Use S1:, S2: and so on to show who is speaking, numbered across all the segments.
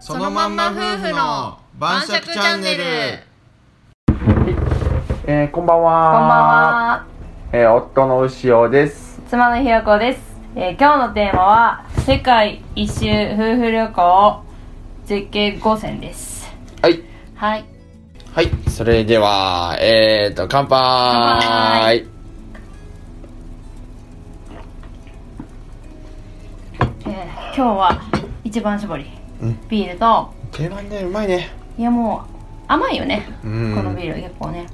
S1: そのまんま夫婦の晩酌チャンネル
S2: えー、こんばんは。
S3: こんばんは。
S2: えー、夫の牛尾です。
S3: 妻のひよこです、えー今日のテーマは世界一周夫婦旅行絶景5選です。
S2: はい。
S3: はい。
S2: はい。それでは、えーと、乾杯。
S3: えー今日は一番搾り
S2: うん
S3: ビールと
S2: 定番でうまいね。
S3: いやもう甘いよね。
S2: うん
S3: このビール結構ね。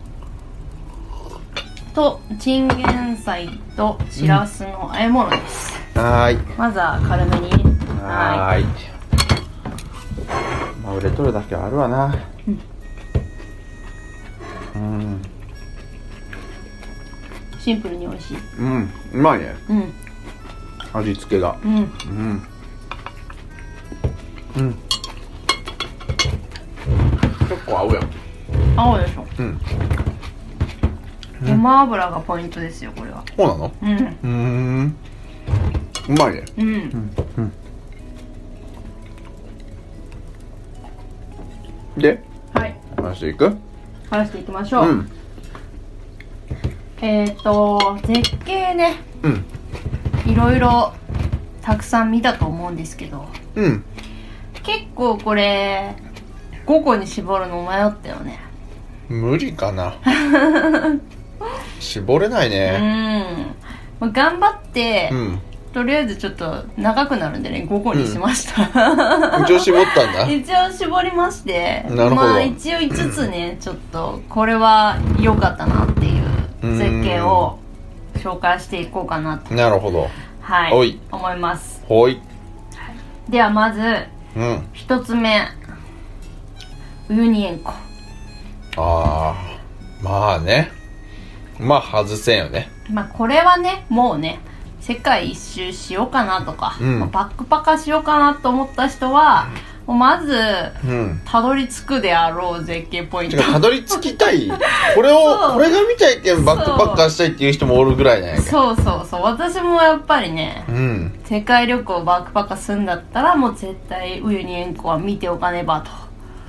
S3: とチンゲン菜としらすの和え物です。
S2: はーい。
S3: まずは軽めに。
S2: はーい。まあ、俺取るだけあるわな。うん。
S3: い。シンプルに美味しい。
S2: うん。うまいね。
S3: うん
S2: 味付けが。
S3: うん。
S2: うん。うん。結構合うやん。
S3: 青でしょ。
S2: うん。
S3: ごま油がポイントですよこれは。
S2: そうなの
S3: うん
S2: うーん。うまいね。
S3: うん。
S2: で、
S3: はい。
S2: 話していく
S3: 話していきまし
S2: う
S3: ょう。
S2: ん。
S3: えっ、ー、と、絶景ね、
S2: うん。
S3: いろいろたくさん見たと思うんですけど、
S2: うん。
S3: 結構これ、5個に絞るの迷ったよね。
S2: 無理か な。絞れないうね。
S3: ん。まあ頑張って、
S2: うん。
S3: とりあえずちょっと長くなるんでね、5個にしました。。
S2: 一応絞ったんだ
S3: 一応絞りまして、
S2: なるほど
S3: まあ一応5 つね、ちょっとこれは良かったなっていう絶景を紹介していこうかなと、
S2: なるほど。
S3: はい、
S2: おい
S3: 思います。
S2: ほい。
S3: ではまず
S2: うん。
S3: 一つ目ウユニ塩湖
S2: あー。まあね。まあ、外せんよね。
S3: まあこれはねもうね世界一周しようかなとか、
S2: うん
S3: まあバックパカしようかなと思った人はもうまず
S2: うん。
S3: たどり着くであろう絶景ポイン
S2: て
S3: ト
S2: か、たどり着きたい。これ
S3: そ
S2: を、
S3: う
S2: これが見たいけん、バックパッカーしたいっていう人もおるぐらいなんやけど。
S3: そうそうそう私もやっぱりね
S2: うん。
S3: 世界旅行バックパカするんだったらもう絶対ウユニ塩湖は見ておかねばと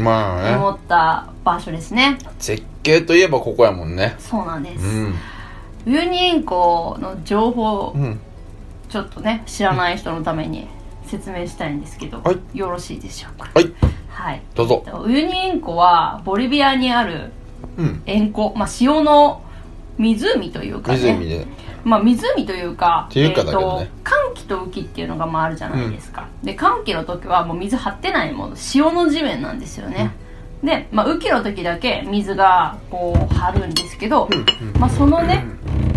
S2: まあ
S3: 思
S2: ね。
S3: った場所ですね
S2: 絶景といえばここやもんね。
S3: そうなんで
S2: う
S3: す、
S2: ん。
S3: ウユニ塩湖の情報
S2: うん。
S3: ちょっとね知らない人のために説明したいんですけど、
S2: はい
S3: よろしいでしょうか
S2: はい。
S3: はい
S2: どうぞ。
S3: ウユニ塩湖はボリビアにある
S2: うん。
S3: 塩湖、まあ、塩の湖というかね
S2: 湖で。
S3: まあ、湖というか
S2: っていうかだけどね
S3: えーと寒気と雨季っていうのがまああるじゃないですか、で寒気の時はもう水張ってないもの塩の地面なんですよね、で、まあ、雨季の時だけ水がこう張るんですけど、まあ、そのね、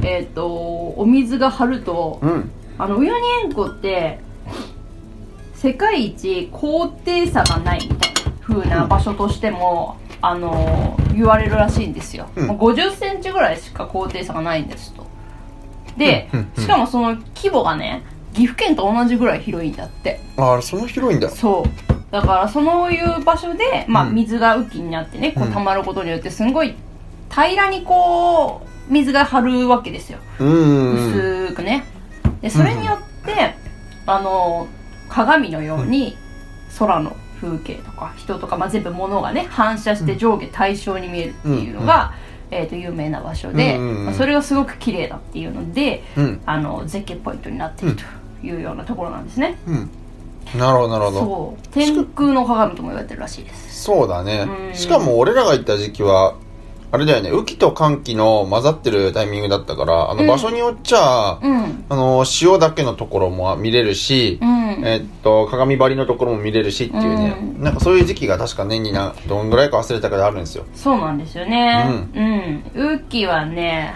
S3: えー、とお水が張ると
S2: うん。
S3: あのウユニ塩湖って世界一高低差がないみたいな風な場所としても、あの言われるらしいんですよ、
S2: うん
S3: 5 0センチぐらいしか高低差がないんですとで、
S2: うんうんうん
S3: しかもその規模がね岐阜県と同じぐらい広いんだって
S2: ああ、そんな広いんだ。
S3: そうだからそういう場所で、まあ、
S2: うん
S3: 水が雨季になってねこ
S2: う
S3: うん溜まることによってすごい平らにこう水が張るわけですよ
S2: うーん。
S3: 薄くねでそれによって、あの鏡のように空の風景とか人とか、まあ、全部物がね反射して上下対称に見えるっていうのが、えー、と有名な場所で、
S2: うんうんうん
S3: まあそれがすごく綺麗だっていうので
S2: うん。
S3: あの絶景ポイントになっているというようなところなんですね、
S2: うん。なるほど、なるほど。
S3: そう天空の鏡とも言われてるらしいです
S2: そうだ
S3: う
S2: ね。
S3: ん
S2: しかも俺らが行った時期は、あれだよね、雨季と寒季の混ざってるタイミングだったから、あ
S3: う
S2: の
S3: ん
S2: 場所によっちゃ、
S3: うん
S2: あの、塩だけのところも見れるし
S3: う、ん
S2: えっと、鏡張りのところも見れるしっていうね
S3: う、
S2: なんかそういう時期が確か年にな、どんぐらいか忘れたけどあるんですよ。
S3: そうなんですよねうん、雨季はね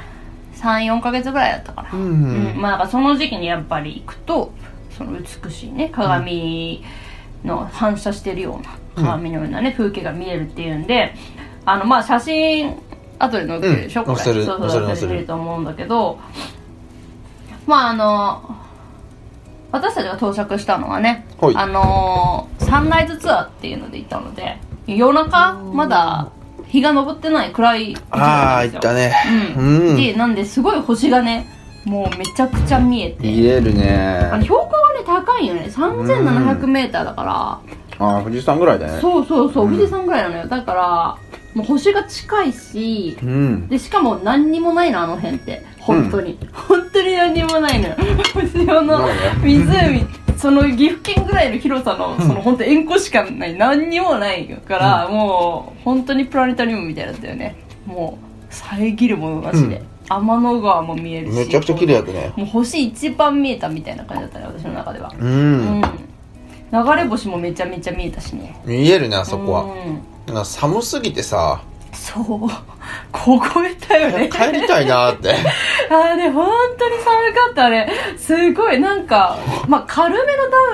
S3: 34ヶ月ぐらいだったかな、
S2: う
S3: うん
S2: ん。
S3: まあ、なんかその時期にやっぱり行くとその美しいね鏡の反射してるような鏡のようなね、風景が見れるっていうんであのまあ写真後で載ってるでしょ、
S2: うん
S3: これ
S2: 載せる
S3: そう
S2: 載せる
S3: そう
S2: 載せる
S3: 載せると思うんだけどまああの私たちが到着したのはね、
S2: はい
S3: あのサンライズツアーっていうので行ったので夜中まだ日が昇ってない暗い時間
S2: あ
S3: な
S2: あ、行
S3: んです
S2: っ
S3: よ
S2: たね。う
S3: うん、で
S2: ん。
S3: なんですごい星がねもうめちゃくちゃ見えて
S2: 見れる
S3: あの
S2: ね。
S3: 標高がね高いよね3 7 0 0ーだから、
S2: ああ、富士山ぐらいだね。
S3: そうそうそう、富士山ぐらいなのよだからもう星が近いし
S2: うん。
S3: でしかも何にもないのあの辺って本当に、本当に何にもないのよ 塩の 湖その岐阜県ぐらいの広さのその本当円弧しかない何にもないから、もう本当にプラネタリウムみたいだったよねもう遮るものなしで、
S2: うん
S3: 天の川も見えるし
S2: めちゃくちゃ綺麗だったね。
S3: もう星一番見えたみたいな感じだったね私の中では
S2: う
S3: うん、
S2: ん。
S3: 流れ星もめちゃめちゃ見えたしね
S2: 見えるね、あそこは。
S3: うん
S2: なんか寒すぎてさ、
S3: そう 凍えたよ
S2: 帰
S3: ね
S2: りたいなー って。
S3: あれ本当に寒かったあれすごいなんかまあ軽めの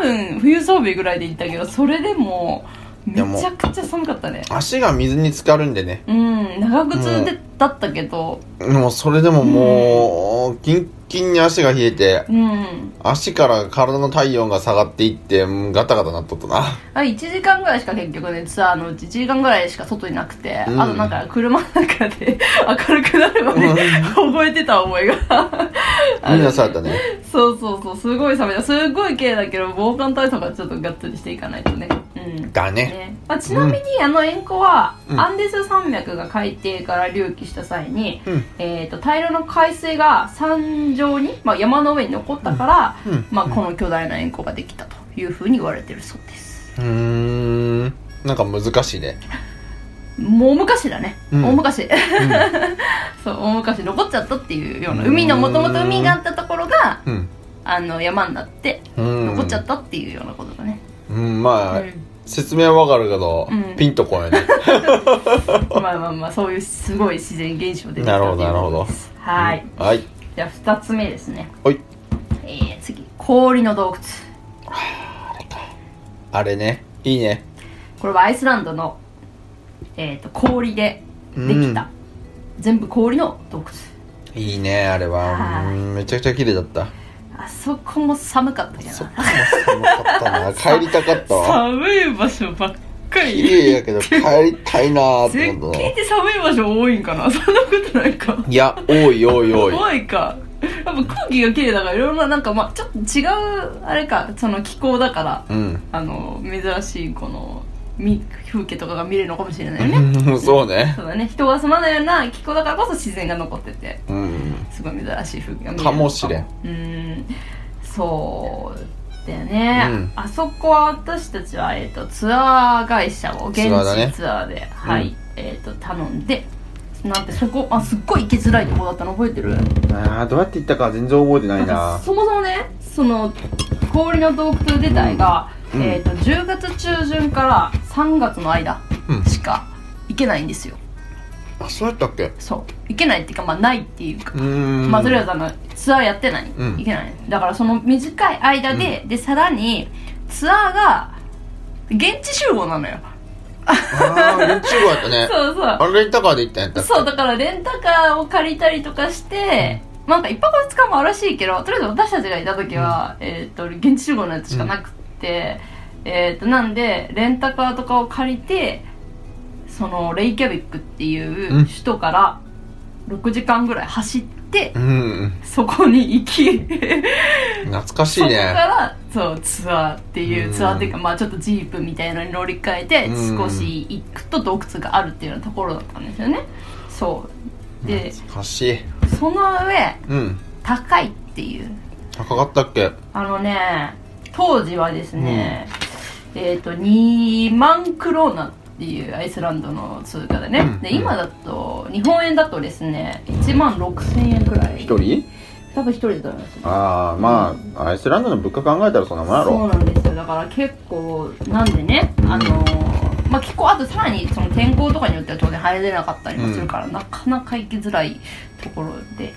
S3: ダウン冬装備ぐらいで行ったけどそれでもめ
S2: やもう
S3: ちゃくちゃ寒かったね
S2: 足が水に浸かるんでね。
S3: うん長靴で、だったけど
S2: もうそれでももう、キンキンに足が冷えて、
S3: うん
S2: 足から体の体温が下がっていって、もうガタガタなっとったな。
S3: あ1時間ぐらいしか結局ねツアーのうち1時間ぐらいしか外になくて、
S2: うん
S3: あとなんか車の中で 明るくなるまで、覚えてた思いが
S2: みんなそうやったね。
S3: そうそうそうすごい寒いすごい綺麗だけど防寒対策はちょっとがっつりしていかないとねうん
S2: だね。
S3: ねまあ、ちなみにあの円弧は、
S2: うん
S3: アンデス山脈が海底から隆起した際に、
S2: うん
S3: えー、と大量の海水が山上に、まあ、山の上に残ったから、
S2: うんうん
S3: まあ、この巨大な円弧ができたというふうに言われてるそうです
S2: うーん。なんか難しいね。
S3: もう昔だね、
S2: うん
S3: 大昔、 そう大昔残っちゃったっていうような
S2: うん
S3: 海のもともと海があったところが
S2: うん。
S3: あの山になって
S2: うん。
S3: 残っちゃったっていうようなことだね、
S2: うん、まあ、
S3: うん
S2: 説明はわかるけど、
S3: うん
S2: ピンとこないね。
S3: まあまあまあそういうすごい自然現象ででき
S2: な
S3: た
S2: るほど、
S3: とい
S2: な
S3: う
S2: る
S3: こ
S2: ほ
S3: と
S2: ど
S3: です。 はい、
S2: はい。
S3: じゃあ2つ目ですね
S2: はい。
S3: えー、次氷の洞窟
S2: あれね。いいね。
S3: これはアイスランドの、えー、と氷でできた、全部氷の洞窟
S2: いいね、あれは。
S3: は
S2: う
S3: い
S2: んめちゃくちゃ綺麗だった。
S3: あそこも寒かったけど
S2: そっ
S3: な
S2: か、寒か ったな。帰りたかったわ。
S3: 寒い場所ばっか
S2: 綺
S3: り
S2: 麗やけど、帰りたいなーって
S3: 絶
S2: 思っ
S3: 景って寒い場所多いんかなそんなことないか
S2: た。いや、おいおいおい。
S3: 多いかやっぱ空気が綺麗だからいろんななんかまあちょっと違うあれかその気候だから
S2: うん。
S3: あの珍しいこのみ風景とかが見れるのかもしれないよね
S2: うんそうね。
S3: そうだね人が住まないような気候だからこそ自然が残ってて
S2: うん。
S3: すごい珍しい風景が見れる
S2: かもしれん
S3: うーんそうだよね、
S2: うん
S3: あそこは私たちは、えー、とツアー会社を現
S2: ツアーだね
S3: 地ツアーで、はい、えー、と頼んでなんてそこあすっごい行きづらいとこだったの覚えてる
S2: ああ、どうやって行ったか全然覚えてない
S3: なんか。そもそもねその氷の洞窟自体が、
S2: うん
S3: えー、と10月中旬から3月の間
S2: うん
S3: しか行けないんですよ、
S2: あ、そうやったっけ
S3: そう行けないっていうかまあないっていうか
S2: うーん。
S3: まあとりあえずあのツアーやってない、
S2: うん
S3: いけないだからその短い間で、でさらにツアーが現地集合なのよ
S2: あー、現地語やった ね。
S3: そうそう
S2: あれレンタカーで行ったんやったっけ
S3: そうだからレンタカーを借りたりとかして、なんか一泊二日もあるらしいけどとりあえず私たちがいた時は、えーっと現地集合のやつしかなくて、えーっとなんでレンタカーとかを借りてそのレイキャビックっていう首都から6時間ぐらい走って、
S2: うん。
S3: そこに行き
S2: 懐かし
S3: そ
S2: い
S3: こか
S2: ね。
S3: らそうツアーっていううんツアーっていうかまあちょっとジープみたいなのに乗り換えて
S2: うん
S3: 少し行くと洞窟があるっていうようなところだったんですよねそうで
S2: 懐かしい。
S3: その上
S2: うん。
S3: 高いっていう
S2: 高かったっけ
S3: あのね当時はですね、えっ、と2万クローナっていうアイスランドの通貨でね、
S2: うん
S3: で今だと日本円だとですね1万6000円くらい
S2: 人
S3: 多分一人だと思います
S2: ああ、まあ、アイスランドの物価考えたらそんなもんや
S3: そう
S2: ろ。
S3: なんですよだから結構なんでねあのーまあ気候あとさらにその天候とかによっては当然入れなかったりもするから、なかなか行きづらいところで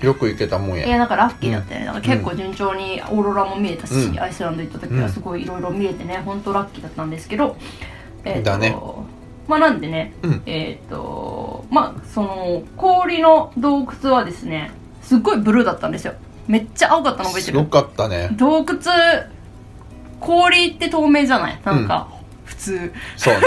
S2: よく行けたもん
S3: いや
S2: や。
S3: なんかラッキーだったよね、なんか結構順調にオーロラも見えたし、
S2: うん
S3: アイスランド行った時はすごいいろいろ見えてね本当ラッキーだったんですけど、えーと
S2: だね
S3: まあなんでね、
S2: うん
S3: えっ、とまあその氷の洞窟はですねすっごいブルーだったんですよめっちゃ青かったの覚えて
S2: す
S3: る
S2: ごかったね。
S3: 洞窟氷って透明じゃないなんか、普通
S2: そう ね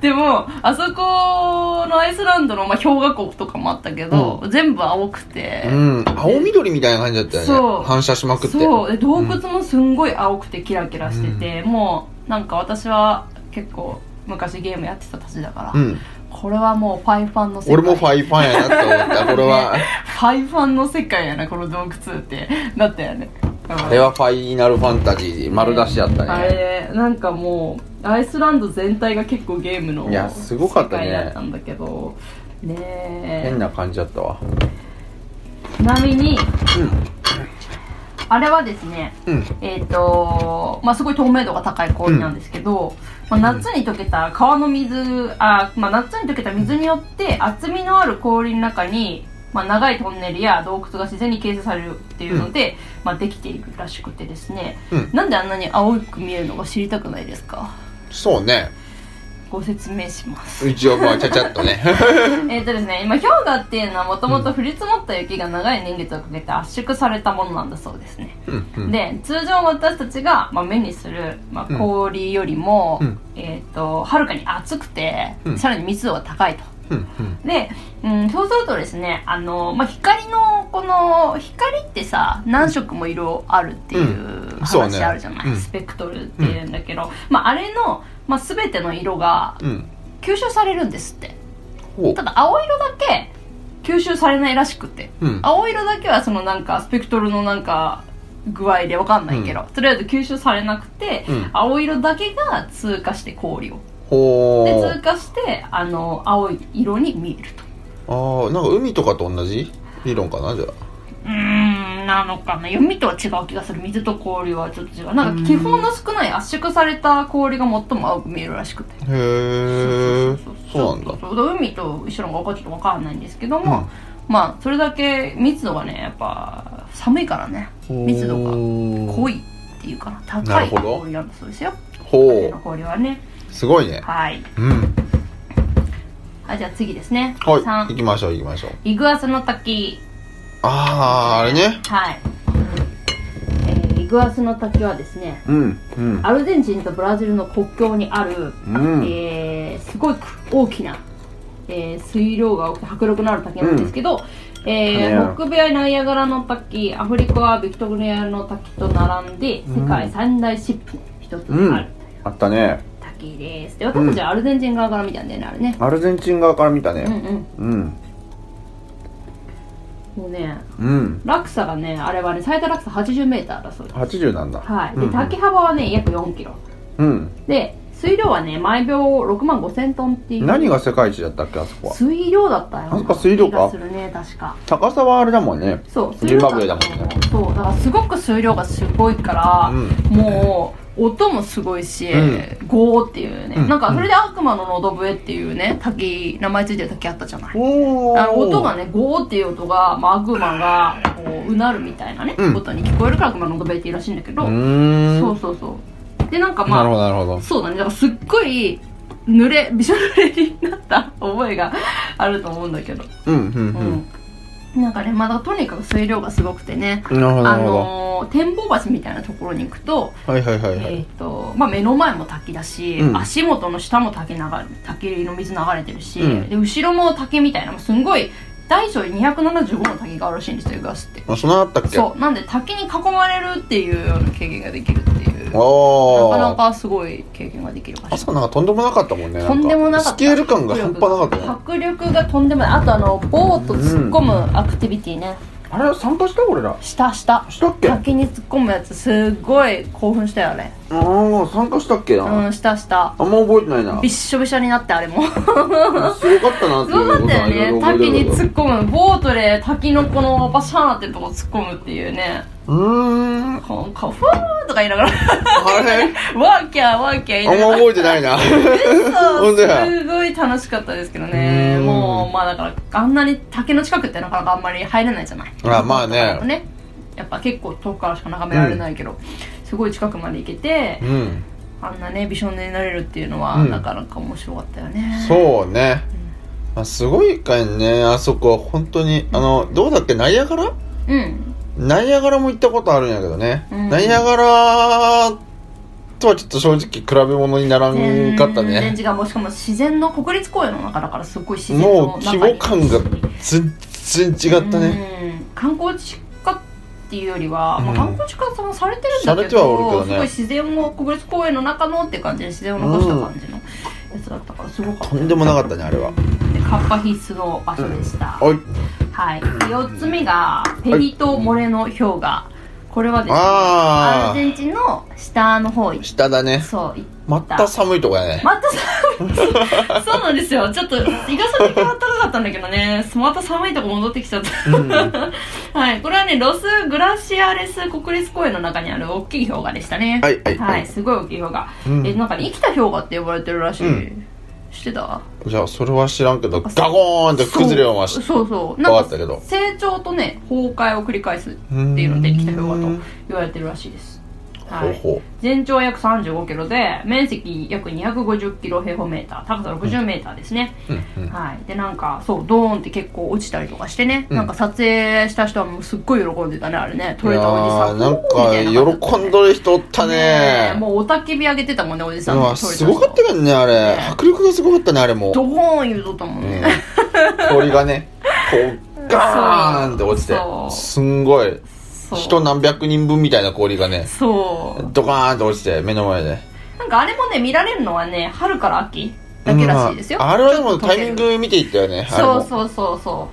S3: でもあそこのアイスランドの、まあ、氷河湖とかもあったけど、全部青くて、
S2: うん青緑みたいな感じだったよね
S3: そう
S2: 反射しまくって
S3: そうで洞窟もすんごい青くてキラキラしてて、もうなんか私は結構昔ゲームやってたたちだから、
S2: うん、
S3: これはもうファイファンの世界
S2: 俺もファイファンやなって 思ったこれは
S3: ファイファンの世界やなこの洞窟ってだったよね
S2: あれはファイナルファンタジー丸出しやった
S3: あ
S2: ね
S3: れなんかもうアイスランド全体が結構ゲームの
S2: いやすごかったね
S3: 世界だったんだけどねえ
S2: 変な感じだったわ
S3: ちなみに
S2: う
S3: あれはですね
S2: んうん
S3: えっ、とまあすごい透明度が高い氷なんですけど、まあ、夏に溶けた川の水あ、まあ、夏に溶けた水によって厚みのある氷の中に、まあ、長いトンネルや洞窟が自然に形成されるっていうので、まあ、できているらしくてですね、
S2: うん
S3: なんであんなに青く見えるのか知りたくないですか
S2: そうね
S3: ご説明します
S2: 一応まあちゃちゃっとね
S3: えっとですね、今氷河っていうのはもともと降り積もった雪が長い年月をかけて圧縮されたものなんだそうですね、
S2: うんうん
S3: で通常私たちが、まあ、目にする、まあ、氷よりも、
S2: うん
S3: えっとはるかに熱くて、
S2: うん
S3: さらに密度が高いと
S2: うんうん
S3: で、うん、そうするとですねあの、まあ、光のこの光ってさ何色も色あるっていう
S2: うんそうね
S3: 話あるじゃない、
S2: うん
S3: スペクトルっていうんだけど、まあ、あれの、まあ、全ての色が
S2: うん
S3: 吸収されるんですって
S2: ほう
S3: ただ青色だけ吸収されないらしくて、
S2: うん
S3: 青色だけはそのなんかスペクトルのなんか具合でわかんないけど、とりあえず吸収されなくて、
S2: うん
S3: 青色だけが通過して氷を
S2: ほ
S3: で通
S2: う
S3: 過してあの青い色に見えると
S2: ああなんか海とかと同じ理論かなじゃあ
S3: うーんなのかな海とは違う気がする水と氷はちょっと違うなんか気泡の少ない圧縮された氷が最も青く見えるらしくて
S2: へえそうなんだ
S3: そうそう海と一緒の方がちょっと分かんないんですけども、まあそれだけ密度がねやっぱ寒いからね密度が濃
S2: い
S3: いっていうかな
S2: な
S3: 高
S2: る
S3: い
S2: ほど
S3: 氷なんだそうですよ
S2: ほ
S3: の氷はね
S2: うすごいね
S3: はい
S2: うん
S3: あじゃあ次ですね、
S2: はい
S3: 三
S2: 行きましょう行きましょう
S3: イグアスの滝
S2: あああれね
S3: はい、えーイグアスの滝はですね
S2: うんうん
S3: アルゼンチンとブラジルの国境にある、
S2: うん
S3: えーすごく大きな、えー水量が多くて迫力のある滝なんですけど、えー
S2: ねえ
S3: 北米ナイアガラの滝アフリカはビクトリアの滝と並んで世界三大湿布の一つ
S2: う
S3: にある
S2: んあったね
S3: 滝です、で私たちはアルゼンチン側から見たんだよねあれね
S2: アルゼンチン側から見た
S3: うん
S2: ね
S3: うん
S2: うん
S3: もうね
S2: うん
S3: 落差がねあれはね最多落差 80m だそうです
S2: 80なんだ
S3: はい、
S2: う
S3: で
S2: ん
S3: 滝幅はね約 4km
S2: うん
S3: で水量はね毎秒6万5000トンっていう
S2: 何が世界一だったっけあそこは
S3: 水量だったよ
S2: あそっか水量か
S3: 気がするね確か
S2: 高さはあれだもんね
S3: そう
S2: ジンバブエだもんね
S3: そうだからすごく水量がすごいから、
S2: う
S3: もう音もすごいし、
S2: う
S3: ゴーっていうね、
S2: うん
S3: なんかそれで悪魔の喉笛っていうね滝名前ついてる滝あったじゃない
S2: おお
S3: あの音がねゴーっていう音が、まあ、悪魔がこううなるみたいなね、
S2: うん
S3: ことに聞こえるから悪魔の喉笛っていうらしいんだけど、
S2: うーん
S3: そうそうそうでなんかま
S2: な
S3: あ
S2: るほどなるほど
S3: そうだねだからすっごい濡れびしょ濡れになった覚えがあると思うんだけど
S2: うんうんうん
S3: うん、なんかねまだとにかく水量がすごくてね
S2: なるほど
S3: あ
S2: なるほど
S3: のー展望橋みたいなところに行くと,、
S2: はいはいはいは
S3: え
S2: い
S3: ーとまあ、目の前も滝だし、
S2: うん
S3: 足元の下も滝流れ滝の水流れてるし、
S2: うん
S3: で後ろも滝みたいなすんごい大小275の滝があるらしいんですよガスって
S2: あそんなのあったっけ
S3: そうなんで滝に囲まれるっていうような経験ができるってい
S2: あ
S3: うなか
S2: あ
S3: なかすごい経験ができる場所
S2: 朝なんかとんでもなかったもんね
S3: とんでもなかった
S2: スケール感が半端なかったよね
S3: 迫力がとんでもないあとあのボート突っ込むアクティビティね、
S2: あれ参加した俺ら
S3: したした
S2: したっけあ
S3: 滝に突っ込むやつすごい興奮したよね
S2: あ参加したっけな、
S3: うんしたした
S2: あんま覚えてないな
S3: びっしょびしょになって あれもす
S2: すごかったなって
S3: ご
S2: いうこ
S3: かっ
S2: と
S3: た
S2: はいろい
S3: よ
S2: ろ覚え
S3: ね滝
S2: て
S3: に
S2: るけど
S3: 突っ込むボートで滝のこのバシャーンってとこ突っ込むっていうね
S2: うーん
S3: こうこうフーとか言いながら
S2: あれ
S3: ワーキャーワーキャー言い
S2: あん
S3: な
S2: ま
S3: がら
S2: 覚えてないなほんとや
S3: そうすごい楽しかったですけどね
S2: うん
S3: もうまあだからあんなに滝の近くってなかなかあんまり入れないじゃない
S2: あまあね
S3: ねやっぱ結構遠くからしか眺められないけど、すごい近くまで行けて
S2: うん
S3: あんなね美少年になれるっていうのは、
S2: うん
S3: なかなか面白かったよね
S2: そうね、まあ、すごいかいねあそこは本当にあのどうだっけナイアガラ
S3: うん
S2: ナイアガラも行ったことあるんやけどね、
S3: うん
S2: ナイアガラとはちょっと正直比べ物にならんかった
S3: 全
S2: ね
S3: 然違うもうしかも自然の国立公園の中だからすごい自然の
S2: も
S3: 中
S2: う
S3: に
S2: 規模感が全然違ったね
S3: うん観光地化っていうよりは、ま
S2: う
S3: あ、
S2: ん
S3: 観光地化はされてるんだ
S2: さ
S3: け
S2: れてはおるけど
S3: ど、
S2: ね
S3: すごい自然を国立公園の中のって感じで自然を残した感じのやつだったからすごかった
S2: とんでもなかったねあれは
S3: でカッパ必須の場所でした、
S2: おい
S3: はい4つ目がペリとモレの氷河これはですね
S2: あー
S3: アルゼンチンの下の方行っ
S2: 下だね
S3: そう行っ
S2: また寒いとこやね
S3: また寒いそうなんですよちょっと伊賀さんだけは暖かかったんだけどねまた寒いとこ戻ってきちゃった、はいこれはねロスグラシアレス国立公園の中にある大きい氷河でしたね
S2: はいはいはい
S3: すごい大きい氷河、
S2: うん
S3: えなんかね生きた氷河って呼ばれてるらしい、
S2: うん
S3: 知ってた
S2: じゃあそれは知らんけどガゴーンって崩れをまし
S3: そうそう
S2: 変
S3: な
S2: わ
S3: ん
S2: った
S3: か
S2: けど
S3: 成長とね崩壊を繰り返すっていうので
S2: うーん
S3: 生きた氷河と言われてるらしいですは
S2: ほう
S3: い
S2: ほ
S3: 全長約3 5キロで面積約2 5 0キロ平方メーター高さ6 0メーターですね、
S2: ううんうん
S3: はいでなんかそうドーンって結構落ちたりとかしてね、なんか撮影した人はもうすっごい喜んでたねあれね撮れたおじさん
S2: いやー
S3: おー
S2: なん
S3: みたいな
S2: か喜んどる人おった
S3: ねえ
S2: ね
S3: もうおたき火あげてたもんねおじさん
S2: うわ
S3: 撮れた
S2: す
S3: 人
S2: ごかったからねあれ
S3: ね
S2: 迫力がすごかったねあれも
S3: ドーン言うとったもんね、
S2: うん氷がねこうガーンって落ちて
S3: そう
S2: すんごい
S3: そう
S2: 人何百人分みたいな氷がね
S3: そう
S2: ドカーンって落ちて目の前で
S3: なんかあれもね見られるのはね春から秋だけらしいですよ、
S2: うんあれはでも
S3: ちょっと
S2: タ
S3: 溶
S2: イ
S3: ける
S2: ミング見ていったよねあれ
S3: そ
S2: も
S3: うそうそうそ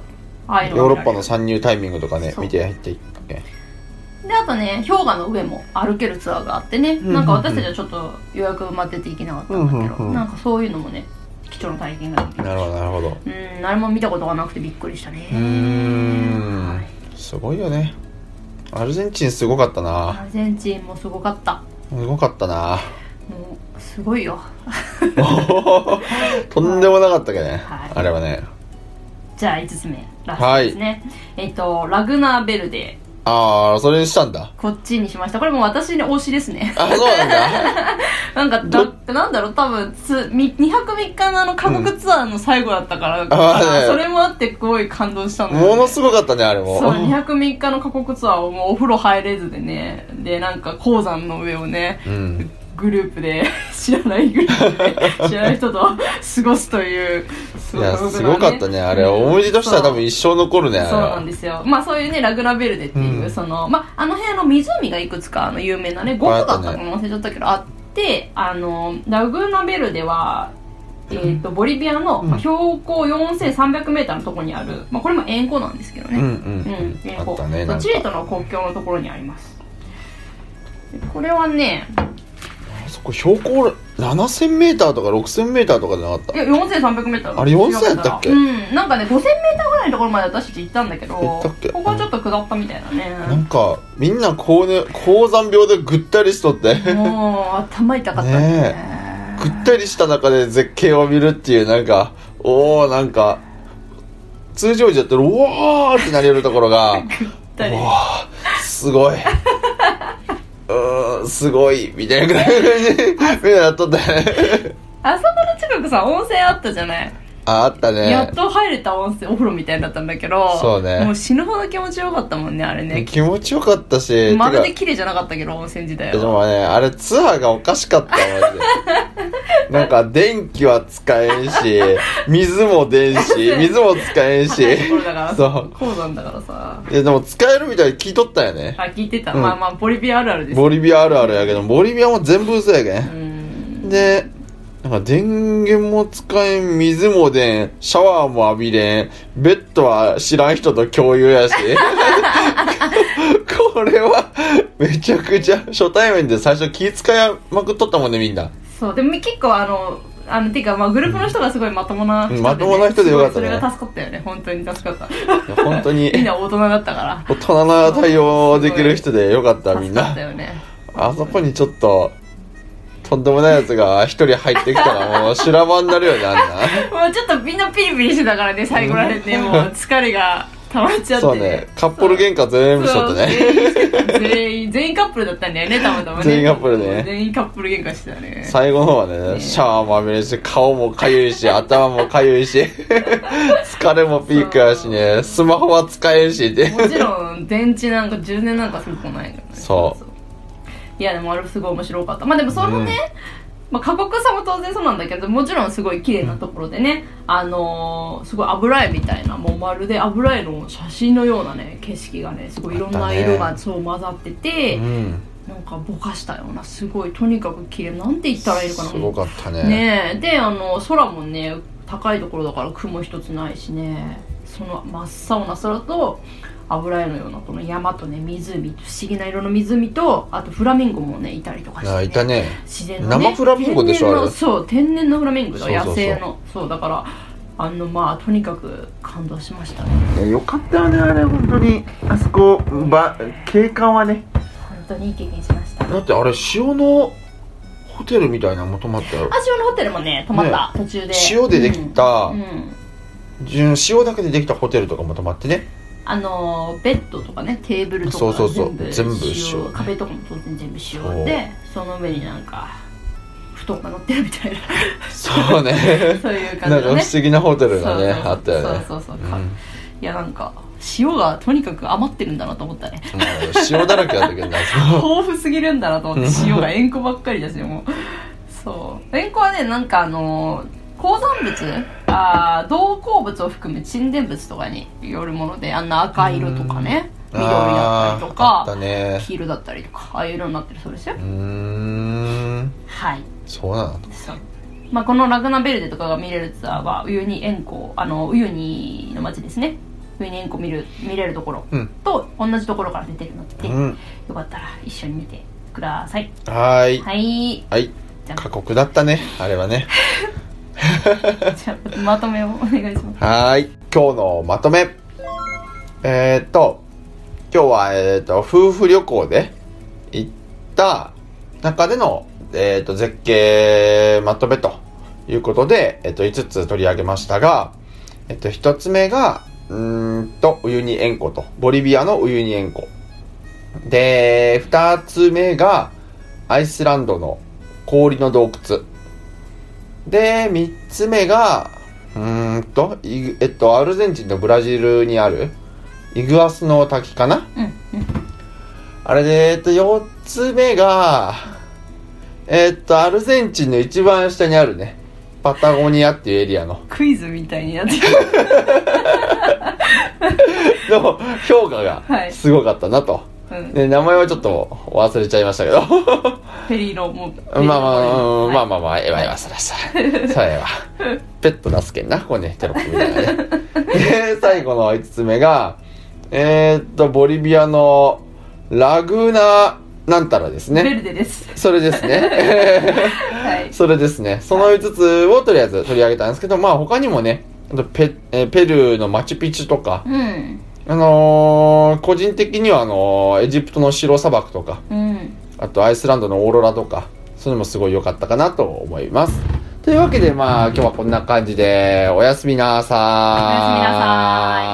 S3: うああいう
S2: ヨー
S3: が
S2: ロッ
S3: 見られる
S2: パの参入タイミングとかね
S3: そう
S2: 見て入っていったね
S3: であとね氷河の上も歩けるツアーがあってね、
S2: ん
S3: なんか私たちはちょっと予約埋まってて行けなかったんだけど、
S2: うんうんうん
S3: なんかそういうのもね貴重な体験ができて
S2: なるほどなるほど
S3: うん何も見たことがなくてびっくりしたね
S2: うーんすごいよねアルゼンチンすごかったな
S3: アルゼンチンもすごかった
S2: すごかったな
S3: もうすごいよ
S2: とんでもなかったっけどね、
S3: はい
S2: あれはね
S3: じゃあ5つ目ラストですね、えっ、とラグナーベルデ
S2: ああそれにしたんだ
S3: こっちにしましたこれもう私の推しですね
S2: あそうなんだ
S3: なんかだなんだろう多分つみ2泊3日のあの韓国ツアーの最後だったから、
S2: あー
S3: それもあってすごい感動したんだよね
S2: ものすごかったねあれも
S3: そう2泊3日の過酷ツアーをもうお風呂入れずでねでなんか鉱山の上をね
S2: うん
S3: グループで 知らないグループで知らない人と過ごすというす
S2: いやすごかったねあれ思い出としては多分一生残るね
S3: そうそうな
S2: あ
S3: ん
S2: れ
S3: ですよまあそういうねラグナベルデっていう、
S2: うん
S3: そのまああの辺の湖がいくつかあの有名なねゴムだったかも忘れちゃったけどあってあのラグナベルデはえー、とボリビアの、まあ標高 4300m のとこにある、まあ、これも円弧なんですけどね、
S2: うん
S3: うん
S2: うん、
S3: で
S2: あ
S3: こ
S2: った
S3: う
S2: ねなんか
S3: チリとの国境のところにありますでこれはね
S2: あそこ標高 7000m とか 6000m とかじゃなかった
S3: いや 4300m
S2: あれ4000やったっけ
S3: うんなんかね 5000m ぐらいのところまで私たち行ったんだけど
S2: 行ったっけ
S3: ここはちょっと下ったみたいだ
S2: な
S3: ね
S2: んかみんな高,、ね、高山病でぐったりしとっ てぐ
S3: もう頭痛かったね
S2: ねったりした中で絶景を見るっていうなんかおおんか通常時だったらうわーってなれるところ が
S3: だね
S2: うわーす ごいうーんすごいみたいな感じでみんなやっとったよね
S3: あそこの近くさ温泉あったじゃない、
S2: ああったね
S3: やっと入れた温泉お風呂みたいだったんだけど
S2: そうね
S3: もう死ぬほど気持ちよかったもんねあれね
S2: 気持ちよかったし、
S3: まるで
S2: てか
S3: 綺麗じゃなかったけど温泉自体
S2: で
S3: は
S2: もね、あれツアーがおかしかった、マジ で。なんか電気は使えんし、水も出んし、水も使えんし
S3: 高いところだか。ら
S2: そ
S3: 鉱山だからさ
S2: う。いや、でも使えるみたいに聞いとったよね。
S3: あ聞いてた、
S2: うん
S3: まあまあボリビアあるあるです
S2: ボリビアあるあるやけど、ボリビアも全部嘘やけ。
S3: うんん
S2: で、なんか電源も使えん、水も出ん、シャワーも浴びれん、ベッドは知らん人と共有やし。 これは、めちゃくちゃ初対面で最初気遣いまくっとったもんね、みんな。
S3: そうでも結構あのあのていうかまあグループの人がすごいまともな人で、
S2: うんまともな人でよかったね
S3: すごいそれが助かったよね本当に助かった
S2: いや本当に
S3: みんな大人だったから
S2: 大人な対応できる人でよかったみん
S3: 助かっ
S2: な
S3: たよね
S2: あそこにちょっととんでもないやつが一人入ってきたらもう修羅場になるよねあ
S3: もうちょっとみんなピリピリしてたからね最後らへんね
S2: うん
S3: もう疲れが溜まっち
S2: んな
S3: ゃって
S2: そうねカップル喧嘩全部しとったね
S3: そう全員全員カップルだったんだよねたまたまね
S2: 全員カップルね
S3: 全員カップル喧嘩してたね
S2: 最後の方はね
S3: ね
S2: シャワーも浴びれるし顔もかゆい し頭もかゆいし疲れもピークやしねスマホは使えるしって
S3: もちろん電池なんか充電なんかすることないからね
S2: そう
S3: いやでもあれすごい面白かったまあでもそのね、まあ、過酷さも当然そうなんだけどもちろんすごい綺麗なところでね、あのーすごい油絵みたいなもうまるで油絵の写真のようなね景色がねすごいいろんな色
S2: あった
S3: が
S2: ね
S3: そう混ざってて、
S2: うん
S3: なんかぼかしたようなすごいとにかく綺麗なんて言ったらいいのかな
S2: すごかったね
S3: ねえであの空もね高いところだから雲一つないしねその真っ青な空と油絵のようなこの山とね湖不思議な色の湖とあとフラミンゴもねいたりとかして、
S2: あいたね
S3: 自然の、ね、
S2: 生フラミンゴでしょあ
S3: 天然の
S2: れ
S3: そう天然のフラミンゴだ
S2: そうそうそう
S3: 野生のそうだからあのまあとにかく感動しましたね
S2: よかったねあれ本当にあそこば景観はね
S3: 本当にいい経験しました
S2: だってあれ塩のホテルみたいなのも泊まったよ
S3: あ塩のホテルもね泊まった、途中で
S2: 塩でできた
S3: うんうん
S2: 純塩だけでできたホテルとかも泊まってね
S3: あのベッドとかねテーブルとか
S2: そうそうそう
S3: 全
S2: 全
S3: 部
S2: 部
S3: 塩
S2: 塩
S3: 壁とかも当然全部
S2: そ
S3: 塩
S2: う
S3: でその上になんか布団が乗ってるみたいな
S2: そう ね
S3: そういう感
S2: なん
S3: じ
S2: か
S3: のね
S2: 不思議なホテルがね
S3: そうそうそう
S2: あったよね
S3: そうそうそう、
S2: うん
S3: かいやなんか塩がとにかく余ってるんだなと思っ たね
S2: まあ塩だらけだったけどな
S3: 豊富すぎるんだなと思って塩が塩湖ばっかりだしもうそう塩湖はねなんかあの鉱山物あー動鉱物を含む沈殿物とかによるものであんな赤色とかね緑だ
S2: あー
S3: ったりと
S2: あ
S3: か
S2: ったね
S3: 黄色だったりとかああいう色になってるそうですよ
S2: うーん
S3: はい
S2: そうなの
S3: そう、まあ、このラグナベルデとかが見れるツアーはウユニ塩湖あのウユニの町ですねウユニ塩湖見る見れるところ
S2: うん
S3: と同じところから出てるので、
S2: うん
S3: よかったら一緒に見てください
S2: はーい
S3: はい
S2: はい
S3: じゃ
S2: 過酷だったねあれはね
S3: あじゃあまとめをお願いします
S2: はーい。今日のまとめ。えー、っと、今日は、えーっと、夫婦旅行で行った中での、えーっと、絶景まとめということで、えーっと、5つ取り上げましたが、えーっと、1つ目が、うーんと、ウユニ塩湖と、ボリビアのウユニ塩湖。で、2つ目が、アイスランドの氷の洞窟。で、三つ目が、うーんと、イグえっと、アルゼンチンとブラジルにある、イグアスの滝かな
S3: うんうん
S2: あれで、えっと、四つ目が、えっと、アルゼンチンの一番下にあるね、パタゴニアっていうエリアの、
S3: クイズみたいになってる
S2: の評価が
S3: はい
S2: すごかったなと。
S3: うん
S2: で、名前はちょっと忘れちゃいましたけど。
S3: ペリロも
S2: まあまあ、まあ
S3: あ
S2: まあまあ、ええわええわ、そらさ。そらええわ。ペット出すけんな、ここね、テロップみたいなね。で、最後の5つ目が、えーっと、ボリビアのラグーナなんたらです
S3: ベ
S2: ね。
S3: ルデです
S2: それですね。
S3: はい
S2: それですね。その5つをとりあえず取り上げたんですけど、まあ他にもね、あとペえーペルーのマチュピチュとか、
S3: うん
S2: あのー個人的にはあのーエジプトの白砂漠とか、
S3: うん
S2: あとアイスランドのオーロラとか、そういうのもすごい良かったかなと思います。というわけで、まあ、今日はこんな感じで、おやすみなさーい。
S3: おやすみなさーい